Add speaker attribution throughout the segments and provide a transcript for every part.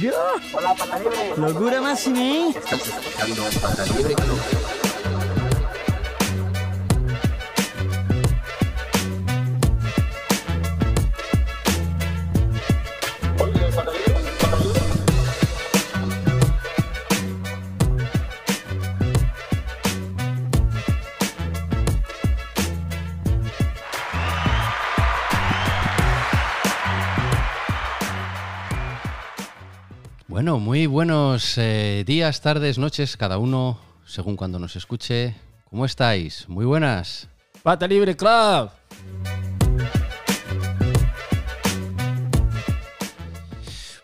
Speaker 1: ¡Yo!
Speaker 2: Hola, pata libre.
Speaker 1: ¡Locura más cine!
Speaker 2: Estás escuchando Pata Libre Club.
Speaker 3: Bueno, muy buenos eh, días, tardes, noches, cada uno, según cuando nos escuche. ¿Cómo estáis? Muy buenas.
Speaker 4: Pata Libre Club.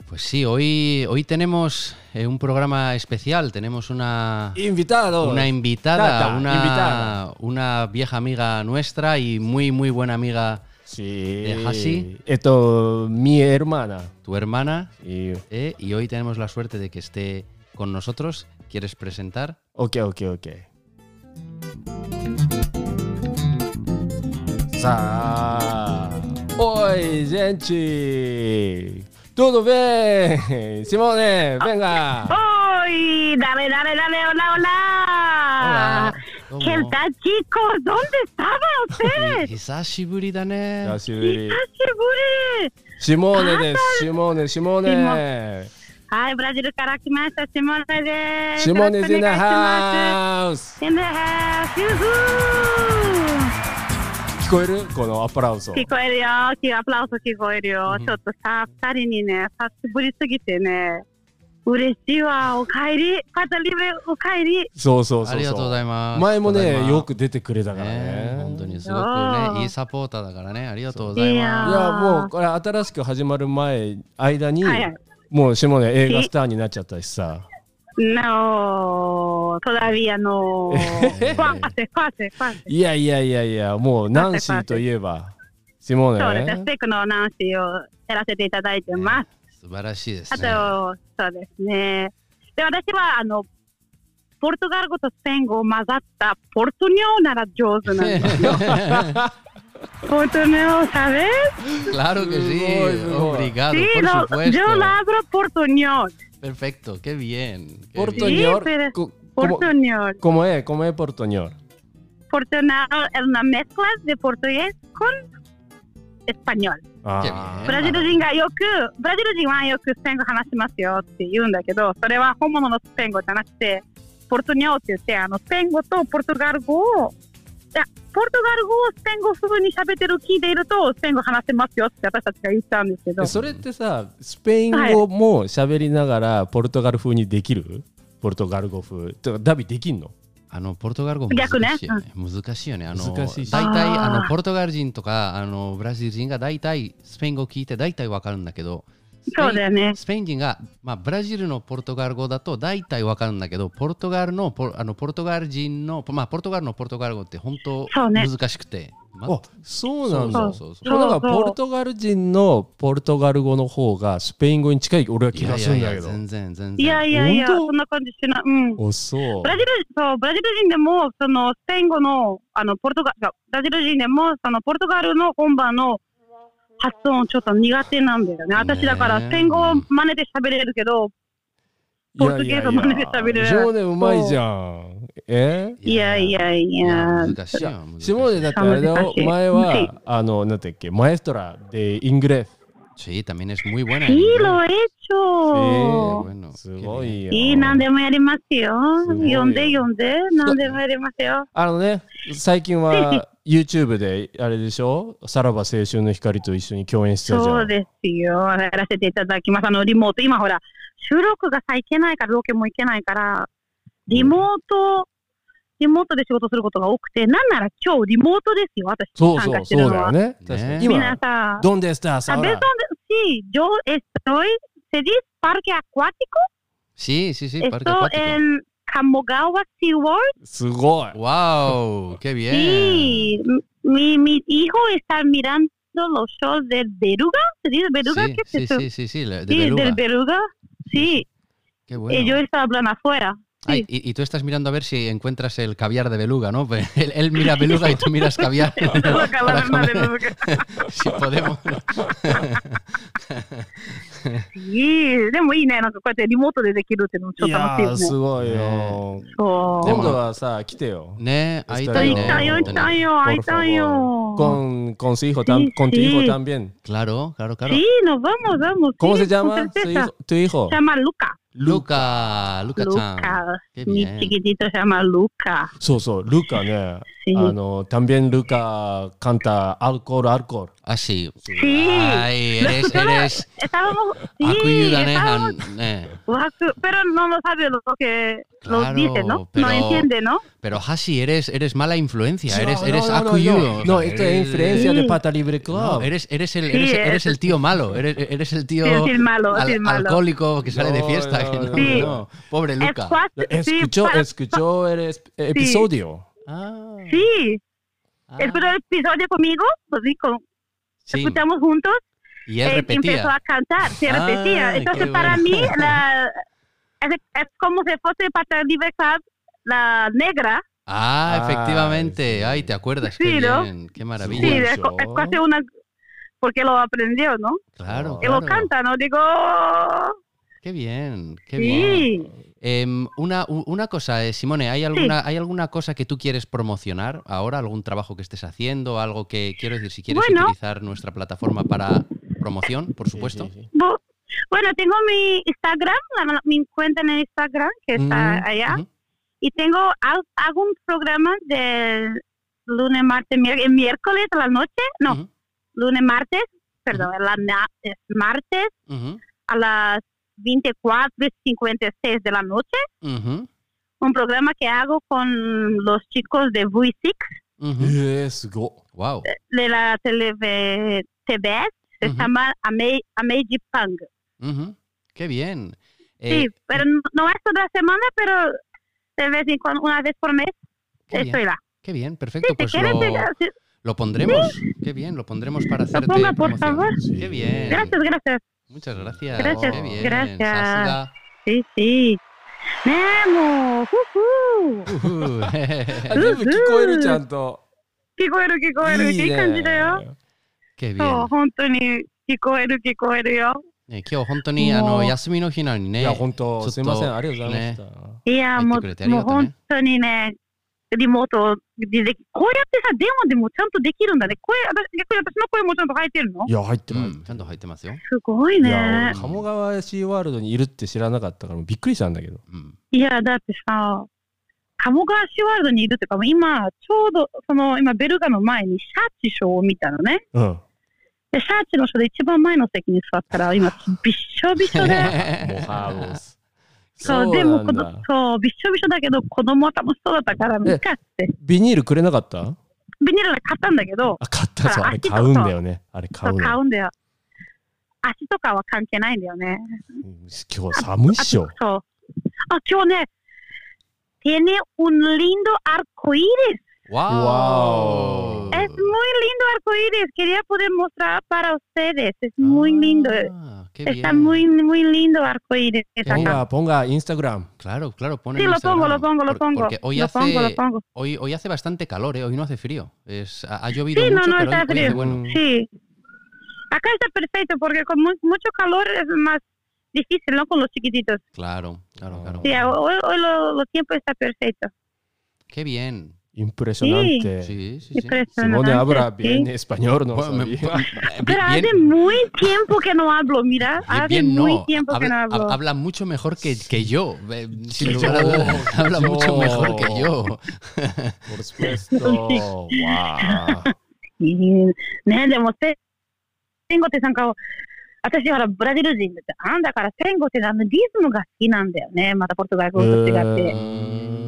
Speaker 3: Pues sí, hoy, hoy tenemos eh, un programa especial, tenemos una,
Speaker 4: Invitado.
Speaker 3: una invitada,
Speaker 4: Tata,
Speaker 3: una,
Speaker 4: invitada.
Speaker 3: una vieja amiga nuestra y muy, muy buena amiga,
Speaker 4: Sí.
Speaker 3: ¿Es así?
Speaker 4: Esto, mi hermana.
Speaker 3: tu hermana.
Speaker 4: Y-
Speaker 3: ¿eh? Y hoy tenemos la suerte de que esté con nosotros. ¿Quieres presentar?
Speaker 4: Ok, ok, ok. Sa- Oi, gente. Tudo bem? Simone, venga.
Speaker 5: ¡Ay! Dale, dale, dale, hola, hola.
Speaker 3: Hola.
Speaker 5: ¿Qué
Speaker 3: ¿Cómo?
Speaker 5: tal, chicos? ¿Dónde estaban ustedes?
Speaker 3: Hisashiburi da ne.
Speaker 4: Ya se ve.
Speaker 5: ¡Segure!
Speaker 4: Simone desu, Simone, Simone.
Speaker 5: Simo- はい、ブラジルから来ました、シモネです。
Speaker 4: Simone is
Speaker 5: よ
Speaker 4: in the
Speaker 5: ろしくお願いしま
Speaker 4: house.
Speaker 5: す。In the house! ユーフ
Speaker 4: 聞こえるこのアプラウソ。
Speaker 5: ー聞こえるよ、きアプラウス聞こえるよ。
Speaker 3: うん
Speaker 5: ちょっとさ、二人にね、久しぶりすぎてね、嬉しいわ、おかえり、パタリブレ、おかえり。
Speaker 4: そうそう
Speaker 3: あ
Speaker 4: そ
Speaker 3: り
Speaker 4: う
Speaker 3: がとうござ
Speaker 4: そ
Speaker 3: います。
Speaker 4: う。前も
Speaker 3: ただい
Speaker 4: ね、
Speaker 3: ま
Speaker 4: よく出てくれたから
Speaker 3: ね
Speaker 4: ね。
Speaker 3: 本当にすご
Speaker 5: いや
Speaker 3: くね、
Speaker 5: ー
Speaker 3: いいサポーターだからね、ありがとうござい
Speaker 4: い
Speaker 3: ま。
Speaker 5: い
Speaker 4: や
Speaker 5: あー
Speaker 4: もうこれ新しく始まる前間に、
Speaker 5: はいはい
Speaker 4: もう下ね映画スターになっちゃったしさ
Speaker 5: No, todavía no. Pase, pase, pase.
Speaker 4: いやいやいやいやもうナンシーといえば下
Speaker 5: そうですね。
Speaker 4: ね
Speaker 5: ステークのナンシーをやらせていただいてます。
Speaker 3: 素晴らしいですすね。
Speaker 5: あと、そうですね。で、私は、あの、ポルトガル語とスペイン語を混ざったポルトニョーなら上手なんで すよ。ポルトニョー、sabes?
Speaker 3: claro que sí,
Speaker 4: Muy, muy.
Speaker 3: obrigado,
Speaker 5: Sí,
Speaker 3: Ah, por
Speaker 5: no,
Speaker 3: supuesto.
Speaker 5: yo labro portuñol.
Speaker 3: Perfecto, qué bien. qué
Speaker 4: ポルト
Speaker 3: bien.
Speaker 4: ニョル
Speaker 5: pero-
Speaker 4: ここ
Speaker 5: Portuñol.
Speaker 4: もえこもえポルトニョル
Speaker 5: Portuñol es una mezcla de portugués con español.
Speaker 4: あ
Speaker 5: ブラジル人がよく、ブラジル人はよくスペイン語話しますよって言うんだけど、それは本物のスペイン語じゃなくて、ポルトニョーって言って、あのスペイン語とポルトガル語を、いや、ポルトガル語をスペイン語風に喋ってる聞いていると、スペイン語話せますよって私たちが言ったんですけど
Speaker 4: ー、それってさスペイン語も喋りながらポルトガル風にできるポルトガル語風てかダビできんの
Speaker 3: あのポルトガル語難
Speaker 5: 逆ね
Speaker 3: しいよね。難しいよね。あの
Speaker 4: 難しいし
Speaker 3: 大体
Speaker 5: あー
Speaker 3: あのポルトガル人とかあのブラジル人が大体スペイン語聞いて大体わかるんだけど、スペイン
Speaker 5: そうだよね。
Speaker 3: スペイン人が、まあ、ブラジルのポルトガル語だと大体わかるんだけど、ポルトガルのポあのポルトガル人の、まあ、ポルトガルのポルトガル語って本当
Speaker 5: そうね
Speaker 3: 難しくて。ま
Speaker 4: あそうなん
Speaker 3: そ
Speaker 4: だ
Speaker 3: うそうそう
Speaker 4: でもなんかポルトガル人のポルトガル語の方がスペイン語に近い俺は気がするんだけど
Speaker 3: いやいやいや全然全然。
Speaker 5: いやいやいや、
Speaker 4: 本当
Speaker 5: そんな感じしない。うん。
Speaker 4: おそう
Speaker 5: ブラジルそうブラジル人でもそのスペイン語のあのポルトガルブラジル人でもそのポルトガルの本場の発音ちょっと苦手なんだよね。私だから
Speaker 3: ねえ
Speaker 5: スペイン語を真似て喋れるけど、ポルトゲーズ真似で喋れる
Speaker 4: 下ネうまいじゃん。え
Speaker 5: いやいやい
Speaker 3: いや
Speaker 5: や、
Speaker 3: 難しいよ。難しい
Speaker 4: 下ネだってあれだよ
Speaker 5: 難しい
Speaker 4: 前
Speaker 5: 難しい
Speaker 4: はあのなんだっけマエストラでイングレス
Speaker 3: Sí, también es muy buena.
Speaker 5: いい
Speaker 3: Sí,
Speaker 5: ロエチ
Speaker 3: qué
Speaker 5: ョ
Speaker 3: bueno,
Speaker 4: す
Speaker 3: qué
Speaker 4: ご
Speaker 3: bien.
Speaker 4: いよ
Speaker 5: いい、なんでもやりますよ。
Speaker 4: すごいよ
Speaker 5: 呼んで呼んで、なんでもやりますよ。
Speaker 4: あのね最近は YouTube であれでしょさらば青春の光と一緒に共演してたじ
Speaker 5: そ
Speaker 4: ゃ
Speaker 5: うんですよ。やらせていただきます。あの、リモート。今ほら、収録がさ、行けないから、ロケも行けないから、リモート、リモートで仕事することが多くて、なんなら今日リモートですよ、私。
Speaker 4: そう
Speaker 5: 参
Speaker 4: そ
Speaker 5: 加
Speaker 4: う
Speaker 5: してる
Speaker 4: そう
Speaker 5: の
Speaker 4: だよ
Speaker 5: は
Speaker 4: ね
Speaker 3: ね
Speaker 4: 確かに
Speaker 5: 皆
Speaker 4: 今
Speaker 5: さん、
Speaker 4: ドンデスターサウラ
Speaker 5: ¿Sabes dónde? Sí, yo estoy, ¿se dice parque acuático?
Speaker 3: Sí, sí, sí, parque
Speaker 5: Estoy
Speaker 3: acuático.
Speaker 5: en Kamogawa Sea World.
Speaker 4: すごい
Speaker 3: Wow, qué bien.
Speaker 5: Sí, mi, mi hijo está mirando los shows del Beruga. ¿Se dice Beruga?
Speaker 3: sí,
Speaker 5: ¿Qué es
Speaker 3: sí,
Speaker 5: eso?
Speaker 3: sí, sí, sí, la- de
Speaker 5: Sí,
Speaker 3: beluga.
Speaker 5: del Beruga. Sí,
Speaker 3: Qué
Speaker 5: Eh, yo
Speaker 3: bueno.
Speaker 5: estaba hablando afuera.
Speaker 3: Ay, y, y tú estás mirando a ver si encuentras el caviar de beluga, ¿no? Pues Él, él mira beluga y tú miras caviar.
Speaker 5: Tengo que
Speaker 3: Para
Speaker 5: hablar más
Speaker 3: comer,
Speaker 5: de Beluga.
Speaker 3: si podemos.
Speaker 5: いい。でもいいね。なんかこうやってリモートでできるっていうのもちょっ
Speaker 4: い
Speaker 5: と楽しい
Speaker 4: や
Speaker 5: よ
Speaker 4: ー
Speaker 5: ね。
Speaker 4: すごいよ
Speaker 3: ね。
Speaker 5: そう。
Speaker 4: 今度はさ、来てよ。
Speaker 3: ね会い
Speaker 5: そ
Speaker 3: た
Speaker 5: う
Speaker 3: い
Speaker 5: 行
Speaker 4: 行
Speaker 3: ね。
Speaker 5: きたいよ、行きたいよ、会いたいよ。
Speaker 4: Con, con su hijo, tam-
Speaker 5: Sí,
Speaker 4: contigo
Speaker 5: sí.
Speaker 4: también.
Speaker 3: Claro, claro, claro.
Speaker 5: Sí, nos vamos, vamos.
Speaker 4: ¿Cómo
Speaker 5: sí,
Speaker 4: se llama
Speaker 5: con
Speaker 4: su
Speaker 5: certeza.
Speaker 4: hijo- tu hijo?
Speaker 5: Se llama Luca.
Speaker 3: Luca, Luca ちゃん。
Speaker 5: Luca.
Speaker 3: Qué
Speaker 5: Mi
Speaker 3: bien.
Speaker 5: chiquitito se llama Luca.
Speaker 4: そうそう、ルカね。
Speaker 5: Sí.
Speaker 3: Ah,
Speaker 4: あの、también ルカ canta alcohol, alcohol.
Speaker 3: Así.
Speaker 5: Sí.
Speaker 3: Ah, Ay, eres,
Speaker 5: Nosotros
Speaker 3: eres
Speaker 5: Estábamos. Sí,
Speaker 3: acuyuda, ¿eh?
Speaker 5: estábamos-
Speaker 3: Han- eh.
Speaker 5: Guacu- Pero no lo sabe lo que
Speaker 3: Claro,
Speaker 5: lo dice, ¿no?
Speaker 3: pero-
Speaker 5: No entiende, ¿no?
Speaker 3: Pero Hashi, eres, eres mala influencia. Eres, eres
Speaker 4: no, no,
Speaker 3: acuyudo.
Speaker 4: No, no, esto es influencia de Pata Libre
Speaker 3: No,
Speaker 4: Club.
Speaker 3: eres, eres, el,
Speaker 5: Sí,
Speaker 3: eres,
Speaker 5: es-
Speaker 3: eres el tío malo, eres, eres el tío
Speaker 5: Sí, es el malo, es
Speaker 3: al-
Speaker 5: el malo.
Speaker 3: alcohólico que sale de
Speaker 4: No,
Speaker 3: fiesta.
Speaker 4: no,
Speaker 3: que no,
Speaker 5: no,
Speaker 3: no. Pobre
Speaker 5: Es
Speaker 3: Luca.
Speaker 5: fácil, sí,
Speaker 4: Escuchó,
Speaker 5: para-
Speaker 4: escuchó el es- episodio.
Speaker 3: Ah,
Speaker 5: Sí,
Speaker 3: ah,
Speaker 5: escuchó el episodio conmigo, pues sí, con-
Speaker 3: sí.
Speaker 5: escuchamos juntos.
Speaker 3: Y él
Speaker 5: eh, empezó
Speaker 3: repetía.
Speaker 5: a cantar, se
Speaker 3: Ah,
Speaker 5: repetía.
Speaker 3: qué
Speaker 5: Entonces, para
Speaker 3: bueno.
Speaker 5: mí, la, es, es como si fuese para Libre Club, la negra,
Speaker 3: Ah,
Speaker 4: Ay,
Speaker 3: efectivamente.
Speaker 4: sí.
Speaker 3: Ay, te acuerdas.
Speaker 5: Sí,
Speaker 3: qué
Speaker 5: ¿no?
Speaker 3: bien. Qué
Speaker 5: sí,
Speaker 3: maravilla.
Speaker 4: Bueno,
Speaker 5: es, co- es
Speaker 4: yo-
Speaker 5: casi una. Porque lo aprendió, ¿no?
Speaker 3: Claro,
Speaker 5: Que
Speaker 3: claro.
Speaker 5: lo canta, ¿no? Digo,
Speaker 3: Qué bien, qué bien.
Speaker 5: sí.
Speaker 3: Em, una, u- una cosa, eh, Simone, ¿hay alguna, ¿hay alguna cosa que tú quieres promocionar ahora? ¿Algún trabajo que estés haciendo? ¿Algo que, quiero decir, si quieres
Speaker 5: Bueno.
Speaker 3: utilizar nuestra plataforma para promoción, por supuesto?
Speaker 4: Sí, sí, sí.
Speaker 5: Bu- Bueno, tengo mi Instagram, la- mi cuenta en el Instagram, que está
Speaker 4: Mm,
Speaker 5: allá.
Speaker 3: ujú.
Speaker 5: Y tengo, al- hago un programa de lunes, martes, miércoles, miércoles a la noche. No,
Speaker 3: Ujú,
Speaker 5: lunes, martes, perdón, la na- es martes.
Speaker 3: ujú,
Speaker 5: a las 24 y 56 de la noche,
Speaker 3: ujú,
Speaker 5: un programa que hago con los chicos de VUISIC,
Speaker 3: ujú.
Speaker 4: Eh,すごっ。
Speaker 3: Guau.
Speaker 5: de la tele, de TBS, se
Speaker 3: Ujú.
Speaker 5: llama Amei- Ameiji Pang.
Speaker 3: ujú. Qué bien. Eh,
Speaker 5: Sí, pero no, no es toda la semana, pero de vez en cuando, una vez por mes,
Speaker 3: qué, bien
Speaker 5: estoy là.
Speaker 3: qué bien,
Speaker 5: Sí,
Speaker 3: perfecto.
Speaker 5: si
Speaker 3: Pues
Speaker 5: quieres,
Speaker 3: lo,
Speaker 5: eh, sí,
Speaker 3: lo pondremos. Qué bien, lo pondremos para hacerte
Speaker 5: ponga, por
Speaker 3: promoción.
Speaker 5: favor.
Speaker 3: Qué bien.
Speaker 5: gracias, gracias.
Speaker 3: Muchas gracias.
Speaker 5: Gracias,
Speaker 3: Qué bien.
Speaker 5: gracias.
Speaker 3: Sasuga.
Speaker 5: Sí, sí. ¡Nemo! ¡Jujú!
Speaker 3: Ujú.
Speaker 4: あ全部聞こえるちゃんと。
Speaker 5: 聞こえる聞こえるいい感じだよ。
Speaker 3: Qué bien.
Speaker 5: そう、本当に聞こえる聞こえるよ。
Speaker 3: ね今日本当にあ
Speaker 5: も
Speaker 3: の
Speaker 5: う
Speaker 3: 休みの日なのにね。
Speaker 4: いや、本当
Speaker 3: ちょっと
Speaker 4: すいません。ありがとうございました。
Speaker 5: いや、も
Speaker 3: 入ってくれてあ
Speaker 5: う、
Speaker 3: り
Speaker 5: もう
Speaker 3: がとうね
Speaker 5: 本当にね、リモートででき、こうやってさ、電話でもちゃんとできるんだね。声、私、逆に私の声もちゃんと入ってるの
Speaker 4: いや、入って
Speaker 3: う
Speaker 4: ない。
Speaker 3: んちゃんと入ってますよ。
Speaker 5: すごい
Speaker 4: いや
Speaker 5: ね。
Speaker 4: 俺鴨川シーワールドにいるって知らなかったからびっくりしたんだけど
Speaker 3: うん
Speaker 5: いや、だってさ、鴨川シーワールドにいるっていうか、もう今、ちょうど、その、今、ベルガの前にシャーチショーを見たのね。
Speaker 4: うん
Speaker 5: で、シャーチのショーで一番前の席に座っ たら、今、びっしょびしょで。
Speaker 4: モハーロース
Speaker 5: そう、でもこの、そう、びっしょびしょだけど、子供は楽しそうだったから、見かって。
Speaker 4: ビニールくれなかった
Speaker 5: ビニールで買ったんだけど、
Speaker 4: あ買ったぞ
Speaker 5: あ
Speaker 4: あれ買うんだよねあれ買
Speaker 5: そうう
Speaker 4: の
Speaker 5: 買
Speaker 4: う
Speaker 5: うんだよ。足とかは関係ないんだよね。
Speaker 4: ん今日寒いっしょ
Speaker 5: そう。あ、今日ね、tiene un lindo arcoíris.
Speaker 3: Wow.
Speaker 4: Wow.
Speaker 5: Es muy lindo arcoíris. Quería poder mostrar para ustedes. Es muy lindo.
Speaker 3: Ah, qué
Speaker 5: Está
Speaker 3: bien.
Speaker 5: muy, muy lindo arcoíris.
Speaker 3: Qué
Speaker 4: ポン
Speaker 3: bien.
Speaker 5: acá.
Speaker 4: ガポンガインスタグラム
Speaker 3: Claro, claro, pon en
Speaker 5: Sí, lo
Speaker 3: Instagram.
Speaker 5: pongo, lo pongo, lo
Speaker 3: Por-
Speaker 5: pongo.
Speaker 3: Porque hoy
Speaker 5: lo
Speaker 3: hace,
Speaker 5: pongo, lo pongo.
Speaker 3: Hoy, hoy hace bastante calor, ¿eh? hoy no hace frío. Es, ha, ha llovido
Speaker 5: Sí, no,
Speaker 3: mucho,
Speaker 5: no
Speaker 3: pero hoy-
Speaker 5: está
Speaker 3: hoy hace
Speaker 5: frío.
Speaker 3: bueno.
Speaker 5: Sí. Acá está perfecto porque con mu- mucho calor es más difícil, ¿no? Con los chiquititos.
Speaker 3: Claro, claro, claro.
Speaker 5: Sí, hoy, hoy lo, lo tiempo está perfecto.
Speaker 3: Qué bien.
Speaker 4: インプレッショナンテ
Speaker 3: Sí, sí, sí.
Speaker 4: Si vos
Speaker 5: Impresionante.
Speaker 4: no hablas
Speaker 5: sí.
Speaker 4: bien español, no
Speaker 3: Bueno, me-
Speaker 4: sabía.
Speaker 3: Eh,
Speaker 5: Pero
Speaker 3: bien-
Speaker 5: hace muy tiempo que no hablo, mira.
Speaker 3: Bien,
Speaker 5: Hace
Speaker 3: bien,
Speaker 5: muy
Speaker 3: no.
Speaker 5: tiempo que no
Speaker 3: Habla,
Speaker 5: hablo.
Speaker 3: hab- habla mucho mejor que, que yo. eh, Sin
Speaker 4: Yo,
Speaker 3: lugar a dudas. Habla
Speaker 4: yo.
Speaker 3: mucho mejor que yo.
Speaker 4: Por supuesto. Wow.
Speaker 5: ねえ、でも、せンゴってなんか、私ほら、ブラジル人だって、あんだから、センゴってあのリズムが好きなんだよね。またポルトガル語と違って。
Speaker 4: うーん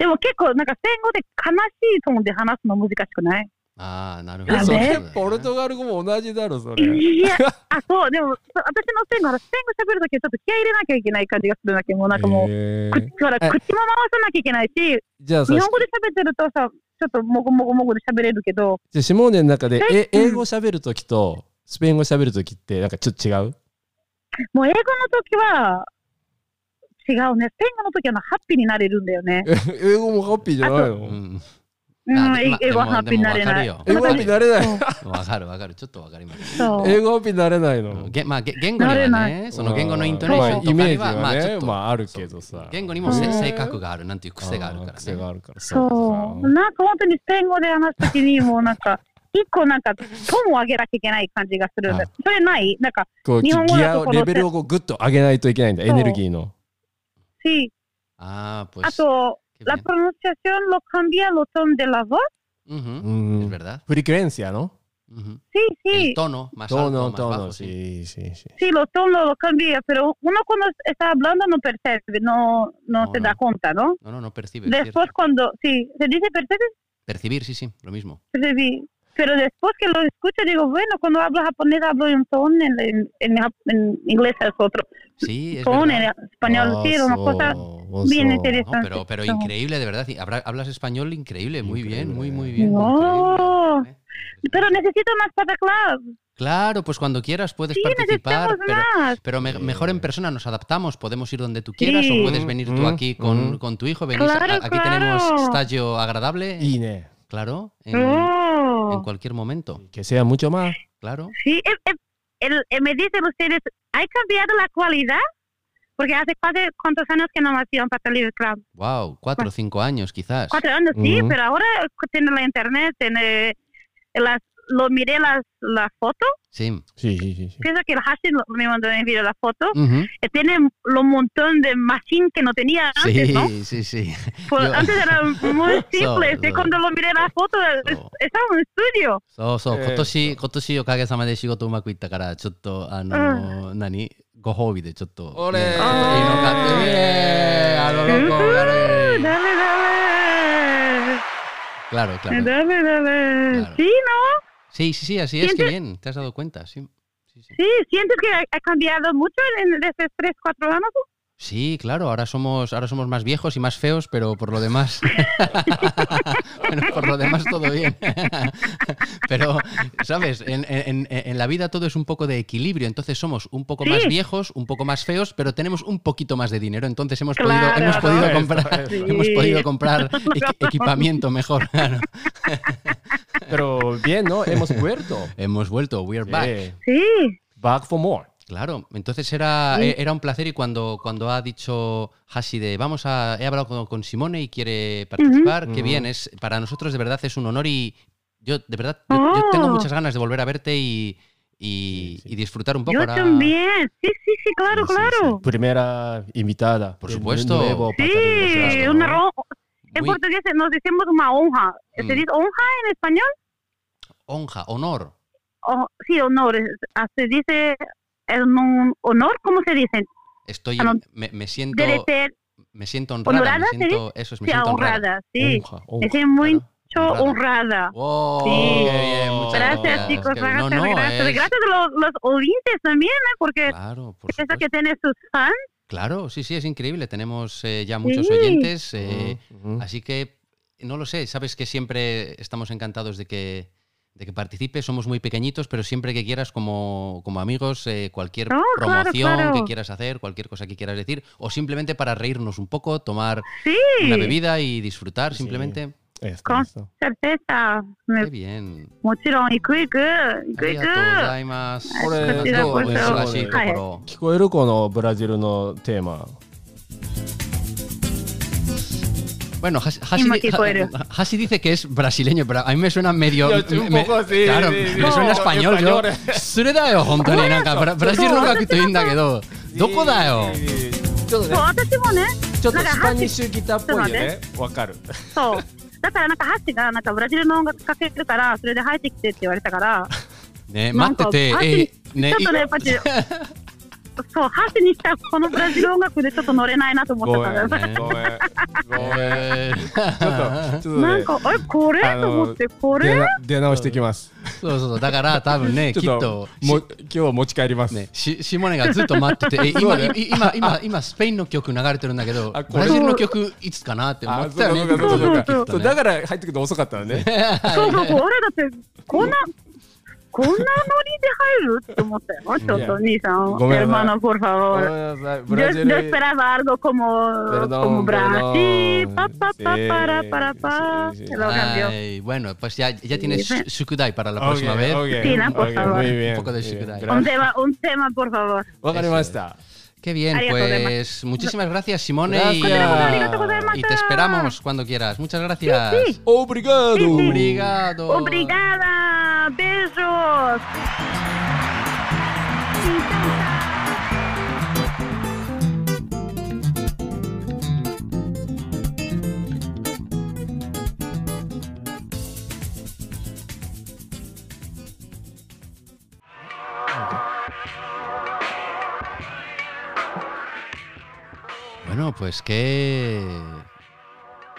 Speaker 5: でも結構、なんか、センゴで悲しいトーンで話すの難しくない
Speaker 3: Ah, no, no,
Speaker 5: あ
Speaker 4: え
Speaker 5: ね
Speaker 4: そ
Speaker 3: no,
Speaker 4: れ
Speaker 3: no, no.
Speaker 4: ポルトガル語も同じだろ、 それ。
Speaker 5: いや、あ、そう、でも、そう私のセンゴ、ほらセンゴ喋るときはちょっと気合い入れなきゃいけない感じがするんだけど、もうなんかもう、
Speaker 4: え
Speaker 5: 口
Speaker 4: ー
Speaker 5: ほら
Speaker 4: え
Speaker 5: 口も回さなきゃいけないし、日
Speaker 4: じゃあさ
Speaker 5: 本、語で喋ってるとさ、ちょっともごもごもごで喋れるけど、
Speaker 4: じゃあシモーネの中で
Speaker 5: え
Speaker 4: え英
Speaker 5: うん
Speaker 4: 語喋るときとスペイン語喋るときってなんかちょっと違う
Speaker 5: もう英語の時は違うね。スペイン語の時はあのハッピーになれるんだよね。
Speaker 4: え英語もハッピーじゃないの
Speaker 3: Mm.
Speaker 5: うん、
Speaker 3: あでも
Speaker 5: 英語はハッピーになれない。
Speaker 3: でもわか
Speaker 4: 英
Speaker 3: る
Speaker 4: 語
Speaker 3: よ
Speaker 4: は見られない。
Speaker 3: わかるわかる、ちょっとわかります。
Speaker 5: そう。
Speaker 4: 英語は見られないの。
Speaker 3: げまあ、げ言語には
Speaker 5: なれ
Speaker 3: ね、その言語のイントネーション
Speaker 4: まあ
Speaker 3: とか
Speaker 4: イメ
Speaker 3: に
Speaker 4: ージは
Speaker 3: は、
Speaker 4: ね、
Speaker 3: ま
Speaker 4: ま
Speaker 3: あ
Speaker 4: あ、
Speaker 3: ちょっと、
Speaker 4: あるけどさ。
Speaker 3: 言語にもせ
Speaker 5: うん
Speaker 3: 性格がある、なんていう癖があるから
Speaker 4: 癖が
Speaker 3: ね。
Speaker 4: あるからさ。
Speaker 5: そう。
Speaker 4: う
Speaker 5: なんか本当にスペイン語で話すときに、もうなんか、一個なんか、トンを上げなきゃいけない感じがするんだ
Speaker 3: あ。
Speaker 5: それないなんか、
Speaker 4: こうギ
Speaker 5: 日本語だ
Speaker 4: ア
Speaker 5: と
Speaker 4: を
Speaker 5: この
Speaker 4: レベルをこうグッと上げないといけないんだ、エ
Speaker 5: そう
Speaker 4: ネルギーの。
Speaker 5: sí.
Speaker 3: ああ、pues. Ah,
Speaker 5: A tu,
Speaker 3: qué
Speaker 5: Ah, la
Speaker 3: bien.
Speaker 5: pronunciación lo cambia el tono de la voz.
Speaker 3: Ujú,
Speaker 4: う
Speaker 3: Es
Speaker 4: ん。
Speaker 3: verdad.
Speaker 4: フリクエンシアの
Speaker 3: Ujú.
Speaker 5: Sí, sí.
Speaker 3: El tono, más
Speaker 4: ト
Speaker 3: alto,
Speaker 4: ノ
Speaker 3: más
Speaker 4: ト
Speaker 3: bajo,
Speaker 4: ノシ
Speaker 3: sí.
Speaker 4: ーシーシー
Speaker 5: Sí, los tonos lo cambia, pero uno cuando está hablando no percibe, no, no
Speaker 3: No,
Speaker 5: se
Speaker 3: no.
Speaker 5: da cuenta, ¿no?
Speaker 3: No, no, no percibe. es
Speaker 5: Después
Speaker 3: cierto.
Speaker 5: cuando, sí, se dice percibe,
Speaker 3: Percibir, sí, sí, lo mismo.
Speaker 5: percibí. Pero después que lo escucho, digo, bueno, cuando hablo japonés hablo en tono, en, en, en jap- en inglés es otro
Speaker 3: Sí, es
Speaker 5: tono,
Speaker 3: verdad.
Speaker 5: en español sí, es una cosa
Speaker 4: Oh,
Speaker 5: bien
Speaker 4: so.
Speaker 3: No,
Speaker 5: interesante.
Speaker 3: pero, pero
Speaker 5: No.
Speaker 3: increíble, de verdad. Habla- hablas español increíble, muy
Speaker 4: Increíble.
Speaker 3: bien, muy, muy bien.
Speaker 5: No.
Speaker 3: increíble. ¿eh?
Speaker 5: Pero necesito más para claro.
Speaker 3: Claro, pues cuando quieras puedes
Speaker 5: Sí,
Speaker 3: participar,
Speaker 5: necesitamos
Speaker 3: pero,
Speaker 5: más.
Speaker 3: pero me-
Speaker 4: Sí.
Speaker 3: mejor en persona, nos adaptamos, podemos ir donde tú quieras
Speaker 5: Sí.
Speaker 3: o puedes venir tú
Speaker 4: Mm,
Speaker 3: aquí con,
Speaker 4: mm.
Speaker 3: con tu hijo, venís, a-
Speaker 5: Claro,
Speaker 3: aquí
Speaker 5: claro.
Speaker 3: tenemos estallo agradable,
Speaker 4: いいね。
Speaker 3: claro, en,
Speaker 5: No.
Speaker 3: en cualquier momento,
Speaker 4: 消せやむちょま。
Speaker 3: claro.
Speaker 5: Sí, eh, eh, el- eh, me dicen ustedes, ¿hay cambiado la cualidad? Porque hace cuatro, cuántos años que no me hacían para Libre Club.
Speaker 3: Wow, cuatro o cinco años quizás.
Speaker 5: Cuatro años, sí,
Speaker 4: Ujú.
Speaker 5: pero ahora tiene la internet, tiene las, lo miré las, la foto,
Speaker 3: Sí.
Speaker 4: Sí, sí, sí, sí.
Speaker 5: pienso que el hashtag lo- me mandó en video la foto,
Speaker 3: Ujú.
Speaker 5: eh, tiene lo montón de machine que no tenía antes,
Speaker 3: Sí,
Speaker 5: ¿no?
Speaker 3: sí, sí.
Speaker 5: Pues
Speaker 3: Yo-
Speaker 5: antes era muy simple,
Speaker 3: So-
Speaker 5: sí, cuando lo miré la foto, es-
Speaker 3: so-
Speaker 5: estaba en un estudio.
Speaker 3: そうそう、
Speaker 4: えー
Speaker 3: 今年、今年おかげさまで仕事うまくいったから、ちょっと、あのー何ご褒美でちょっと。
Speaker 4: 俺
Speaker 3: ねいいのか
Speaker 5: あー
Speaker 3: イエーイあの ロコ
Speaker 5: Ah. Ujú,
Speaker 3: やれ
Speaker 5: Dale, dale.
Speaker 3: Claro, claro.
Speaker 5: Dale, dale.
Speaker 3: Claro.
Speaker 5: Sí, ¿no?
Speaker 3: Sí, sí, sí, así es, qué bien. Te has dado cuenta, sí. Sí, sí.
Speaker 5: Sí, sientes que ha, ha cambiado mucho en, en estos tres, cuatro años.
Speaker 3: Sí, claro, ahora somos, ahora somos más viejos y más feos, pero por lo demás. bueno, por lo demás todo bien. pero, ¿sabes? En, en- en- en la vida todo es un poco de equilibrio. Entonces somos un poco más
Speaker 5: Sí.
Speaker 3: viejos, un poco más feos, pero tenemos un poquito más de dinero. Entonces hemos podido,
Speaker 5: Claro.
Speaker 3: hemos podido
Speaker 4: Eso,
Speaker 3: comprar,
Speaker 4: eso.
Speaker 3: hemos
Speaker 5: Sí.
Speaker 3: podido comprar equi- equipamiento mejor. claro.
Speaker 4: Pero bien, ¿no? Hemos vuelto.
Speaker 3: Hemos vuelto, we are back.
Speaker 4: Eh,
Speaker 5: Sí,
Speaker 4: back for more.
Speaker 3: Claro, entonces era,
Speaker 5: Sí.
Speaker 3: e- era un placer y cuando, cuando ha dicho Hashi de vamos a, he hablado con, con Simone y quiere participar, qué
Speaker 4: Ujú.
Speaker 3: bien, es, para nosotros de verdad es un honor y yo de verdad yo, yo tengo
Speaker 5: Oh.
Speaker 3: muchas ganas de volver a verte y, y,
Speaker 4: Sí, sí.
Speaker 3: y disfrutar un poco.
Speaker 5: yo
Speaker 3: ahora-
Speaker 5: también. Sí, sí, sí, claro,
Speaker 3: Sí, sí,
Speaker 5: claro.
Speaker 4: Primera invitada.
Speaker 3: Por
Speaker 4: de
Speaker 3: supuesto.
Speaker 4: nuevo
Speaker 5: Sí,
Speaker 4: para regresar, ¿no?
Speaker 5: una ro- En
Speaker 3: Muy-
Speaker 5: portugués nos decimos una honja. ¿Se
Speaker 3: Mm.
Speaker 5: dice honja en español?
Speaker 3: honja, honor,
Speaker 5: O, sí, honor. es- ah, Se dice en un honor, ¿cómo se dice?
Speaker 3: estoy,
Speaker 5: Ah, no.
Speaker 3: me, me siento,
Speaker 5: Debe ser
Speaker 3: me siento honrada, me
Speaker 5: honorada, ¿se
Speaker 3: siento, eso es, me
Speaker 5: sí,
Speaker 3: siento honrada.
Speaker 5: honrada. Sí,
Speaker 4: Unja,
Speaker 5: me
Speaker 4: unja.
Speaker 5: siento mucho
Speaker 3: Honrada.
Speaker 5: honrada.
Speaker 3: Wow,
Speaker 5: Sí.
Speaker 3: qué bien, muchas
Speaker 5: Gracias, chicos.
Speaker 3: qué bien.
Speaker 5: Gracias,
Speaker 3: No, no,
Speaker 5: gracias.
Speaker 3: es-
Speaker 5: Gracias a los, los oyentes también, ¿eh? Porque
Speaker 3: Claro, por
Speaker 5: pienso
Speaker 3: supuesto.
Speaker 5: que tiene sus fans.
Speaker 3: Claro, sí, sí, es increíble. Tenemos eh, ya muchos
Speaker 5: Sí. Mm.
Speaker 3: oyentes. eh,
Speaker 4: Ujú.
Speaker 3: Así que, no lo sé, sabes que siempre estamos encantados de que, de que participes. Somos muy pequeñitos, pero siempre que quieras, como, como amigos, eh, cualquier
Speaker 5: No, Ah, claro,
Speaker 3: promoción
Speaker 5: claro.
Speaker 3: que quieras hacer, cualquier cosa que quieras decir, o simplemente para reírnos un poco, tomar
Speaker 5: Sí.
Speaker 3: una bebida y disfrutar
Speaker 4: Sí.
Speaker 3: simplemente.
Speaker 4: Esto,
Speaker 5: Con-
Speaker 4: esto.
Speaker 5: certeza. Me-
Speaker 3: Qué bien.
Speaker 5: もちろん行く行く行く行く。
Speaker 3: ありがとうございます。
Speaker 4: これ、
Speaker 5: こちらこそ。
Speaker 3: お忙しいところ。
Speaker 5: はい。
Speaker 4: 聞こえるこのブラジルのテーマ。
Speaker 3: Bueno, Has- Hasi,
Speaker 5: Mismo que Coelho.
Speaker 3: Ha- Hasi dice que es brasileño, pero a mí me suena medio.
Speaker 4: Yo estoy un
Speaker 3: me-
Speaker 4: poco así,
Speaker 3: Claro,
Speaker 4: sí, sí,
Speaker 3: me
Speaker 4: sí.
Speaker 3: suena
Speaker 4: No,
Speaker 3: español. Yo.
Speaker 4: español.
Speaker 3: それだよ、本当に。なんか、ブラブラジルの学といいんだけど、どこだよ。
Speaker 4: ちょっとね
Speaker 5: そう、私もね、
Speaker 4: ちょっと
Speaker 5: なんか
Speaker 4: スパニッシュギターっぽいよね。わかる。
Speaker 5: そう。だからなんかハッシがなんかブラジルの音楽かけるから、それで入ってきてって言われたから、
Speaker 3: ね、
Speaker 5: な
Speaker 3: 待
Speaker 5: ん
Speaker 3: って
Speaker 5: か
Speaker 3: て、え、ね
Speaker 5: ちょ、っとね、やっぱり、そう、ハッシにしたこのブラジル音楽でちょっと乗れないなと思っ
Speaker 4: ご
Speaker 5: た
Speaker 4: め
Speaker 5: から、
Speaker 4: ん。
Speaker 5: な
Speaker 4: ご
Speaker 5: ん
Speaker 4: めん。ごめん。
Speaker 3: え
Speaker 4: ちょっと、
Speaker 3: ー
Speaker 4: ちょっとね。
Speaker 5: か、あれ、これ
Speaker 4: あの
Speaker 5: と思って、こ
Speaker 4: 出
Speaker 5: れ
Speaker 4: な出直してきます。
Speaker 3: そうそうそう、 だから多分ね、きっ
Speaker 4: ちょっと
Speaker 3: と、
Speaker 4: もう今日は持ち帰ります。
Speaker 3: ね、しシモネがずっと待ってて、え今、
Speaker 4: そうね
Speaker 3: い今、今、今、スペインの曲流れてるんだけど、
Speaker 4: あこ
Speaker 3: ブ
Speaker 4: れ
Speaker 3: ラジルの曲いつかなって思
Speaker 4: あ
Speaker 3: っ
Speaker 4: そ
Speaker 3: て
Speaker 4: う
Speaker 3: た
Speaker 4: か
Speaker 3: よ
Speaker 4: そ
Speaker 3: ね
Speaker 4: うかそうかそうかそ
Speaker 3: きっと
Speaker 5: そうそう
Speaker 4: う
Speaker 3: ね
Speaker 4: だから入ってくるの遅かったのね。
Speaker 5: そうか、これだって、こんな、こんなノリで入るって思ったよ、ちょっと、兄さん。
Speaker 4: ごめんなさい
Speaker 5: hermano,
Speaker 4: ご
Speaker 5: por favor.
Speaker 4: めんなさいブ
Speaker 5: Yo,
Speaker 4: ラジ
Speaker 5: yo
Speaker 4: ル
Speaker 5: esperaba algo como,
Speaker 4: Perdón,
Speaker 5: como Brasil,
Speaker 4: perdón.
Speaker 5: pa, pa, pa,
Speaker 4: Sí,
Speaker 5: para, para, pa.
Speaker 4: sí, sí.
Speaker 5: Lo cambió.
Speaker 3: Ay, bueno, pues ya, ya tienes
Speaker 5: Sí.
Speaker 3: su- Sukudai para la
Speaker 4: Ok,
Speaker 3: próxima vez.
Speaker 4: ok,
Speaker 5: Sí, la, por
Speaker 4: ok,
Speaker 5: favor.
Speaker 4: Muy bien.
Speaker 3: Un poco de
Speaker 4: muy bien.
Speaker 3: seguridad.
Speaker 5: Un
Speaker 4: Gracias.
Speaker 5: tema, un tema, por favor.
Speaker 4: わかりました。
Speaker 3: Qué bien,
Speaker 5: Arigato
Speaker 3: pues muchísimas gracias, Simone. y-
Speaker 4: Gracias.
Speaker 3: Y, te esperamos cuando quieras. Muchas gracias.
Speaker 5: Sí, sí.
Speaker 4: オブリガー
Speaker 5: い
Speaker 4: ド
Speaker 5: い
Speaker 4: リ
Speaker 3: Obrigado.
Speaker 5: Obrigada, besos.
Speaker 3: Bueno, pues qué.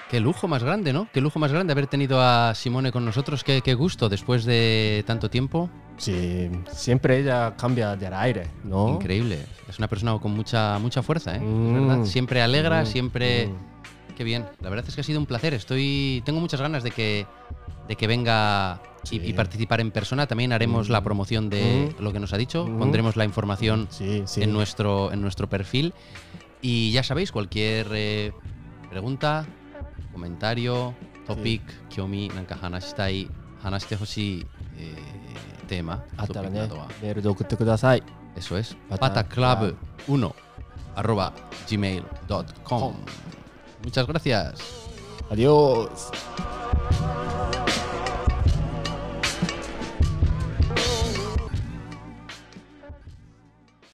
Speaker 3: Qué lujo más grande, ¿no? Qué lujo más grande haber tenido a Simone con nosotros. Qué, qué gusto después de tanto tiempo.
Speaker 4: Sí, siempre ella cambia del aire, ¿no?
Speaker 3: Increíble. Es una persona con mucha mucha fuerza, ¿eh? Es
Speaker 4: Mm.
Speaker 3: verdad. Siempre alegra,
Speaker 4: Mm,
Speaker 3: siempre. Qué bien. La verdad es que ha sido un placer. Estoy. Tengo muchas ganas de que de que venga y-
Speaker 4: Sí.
Speaker 3: y, participar en persona. También haremos la promoción de lo que nos ha dicho.
Speaker 4: Mm.
Speaker 3: Pondremos la información
Speaker 4: Sí, sí.
Speaker 3: en nuestro en nuestro perfil. Y ya sabéis, cualquier eh, pregunta, comentario, topic, kyomi, nanka hanashitai, hanashite hoshii, eh, tema,
Speaker 4: あったら
Speaker 3: topic
Speaker 4: ね
Speaker 3: nado wa-、
Speaker 4: メールで送ってください。
Speaker 3: eso es.
Speaker 4: Pata-
Speaker 3: Pataclub1 arroba gmail.com. Muchas gracias.
Speaker 4: アディオース。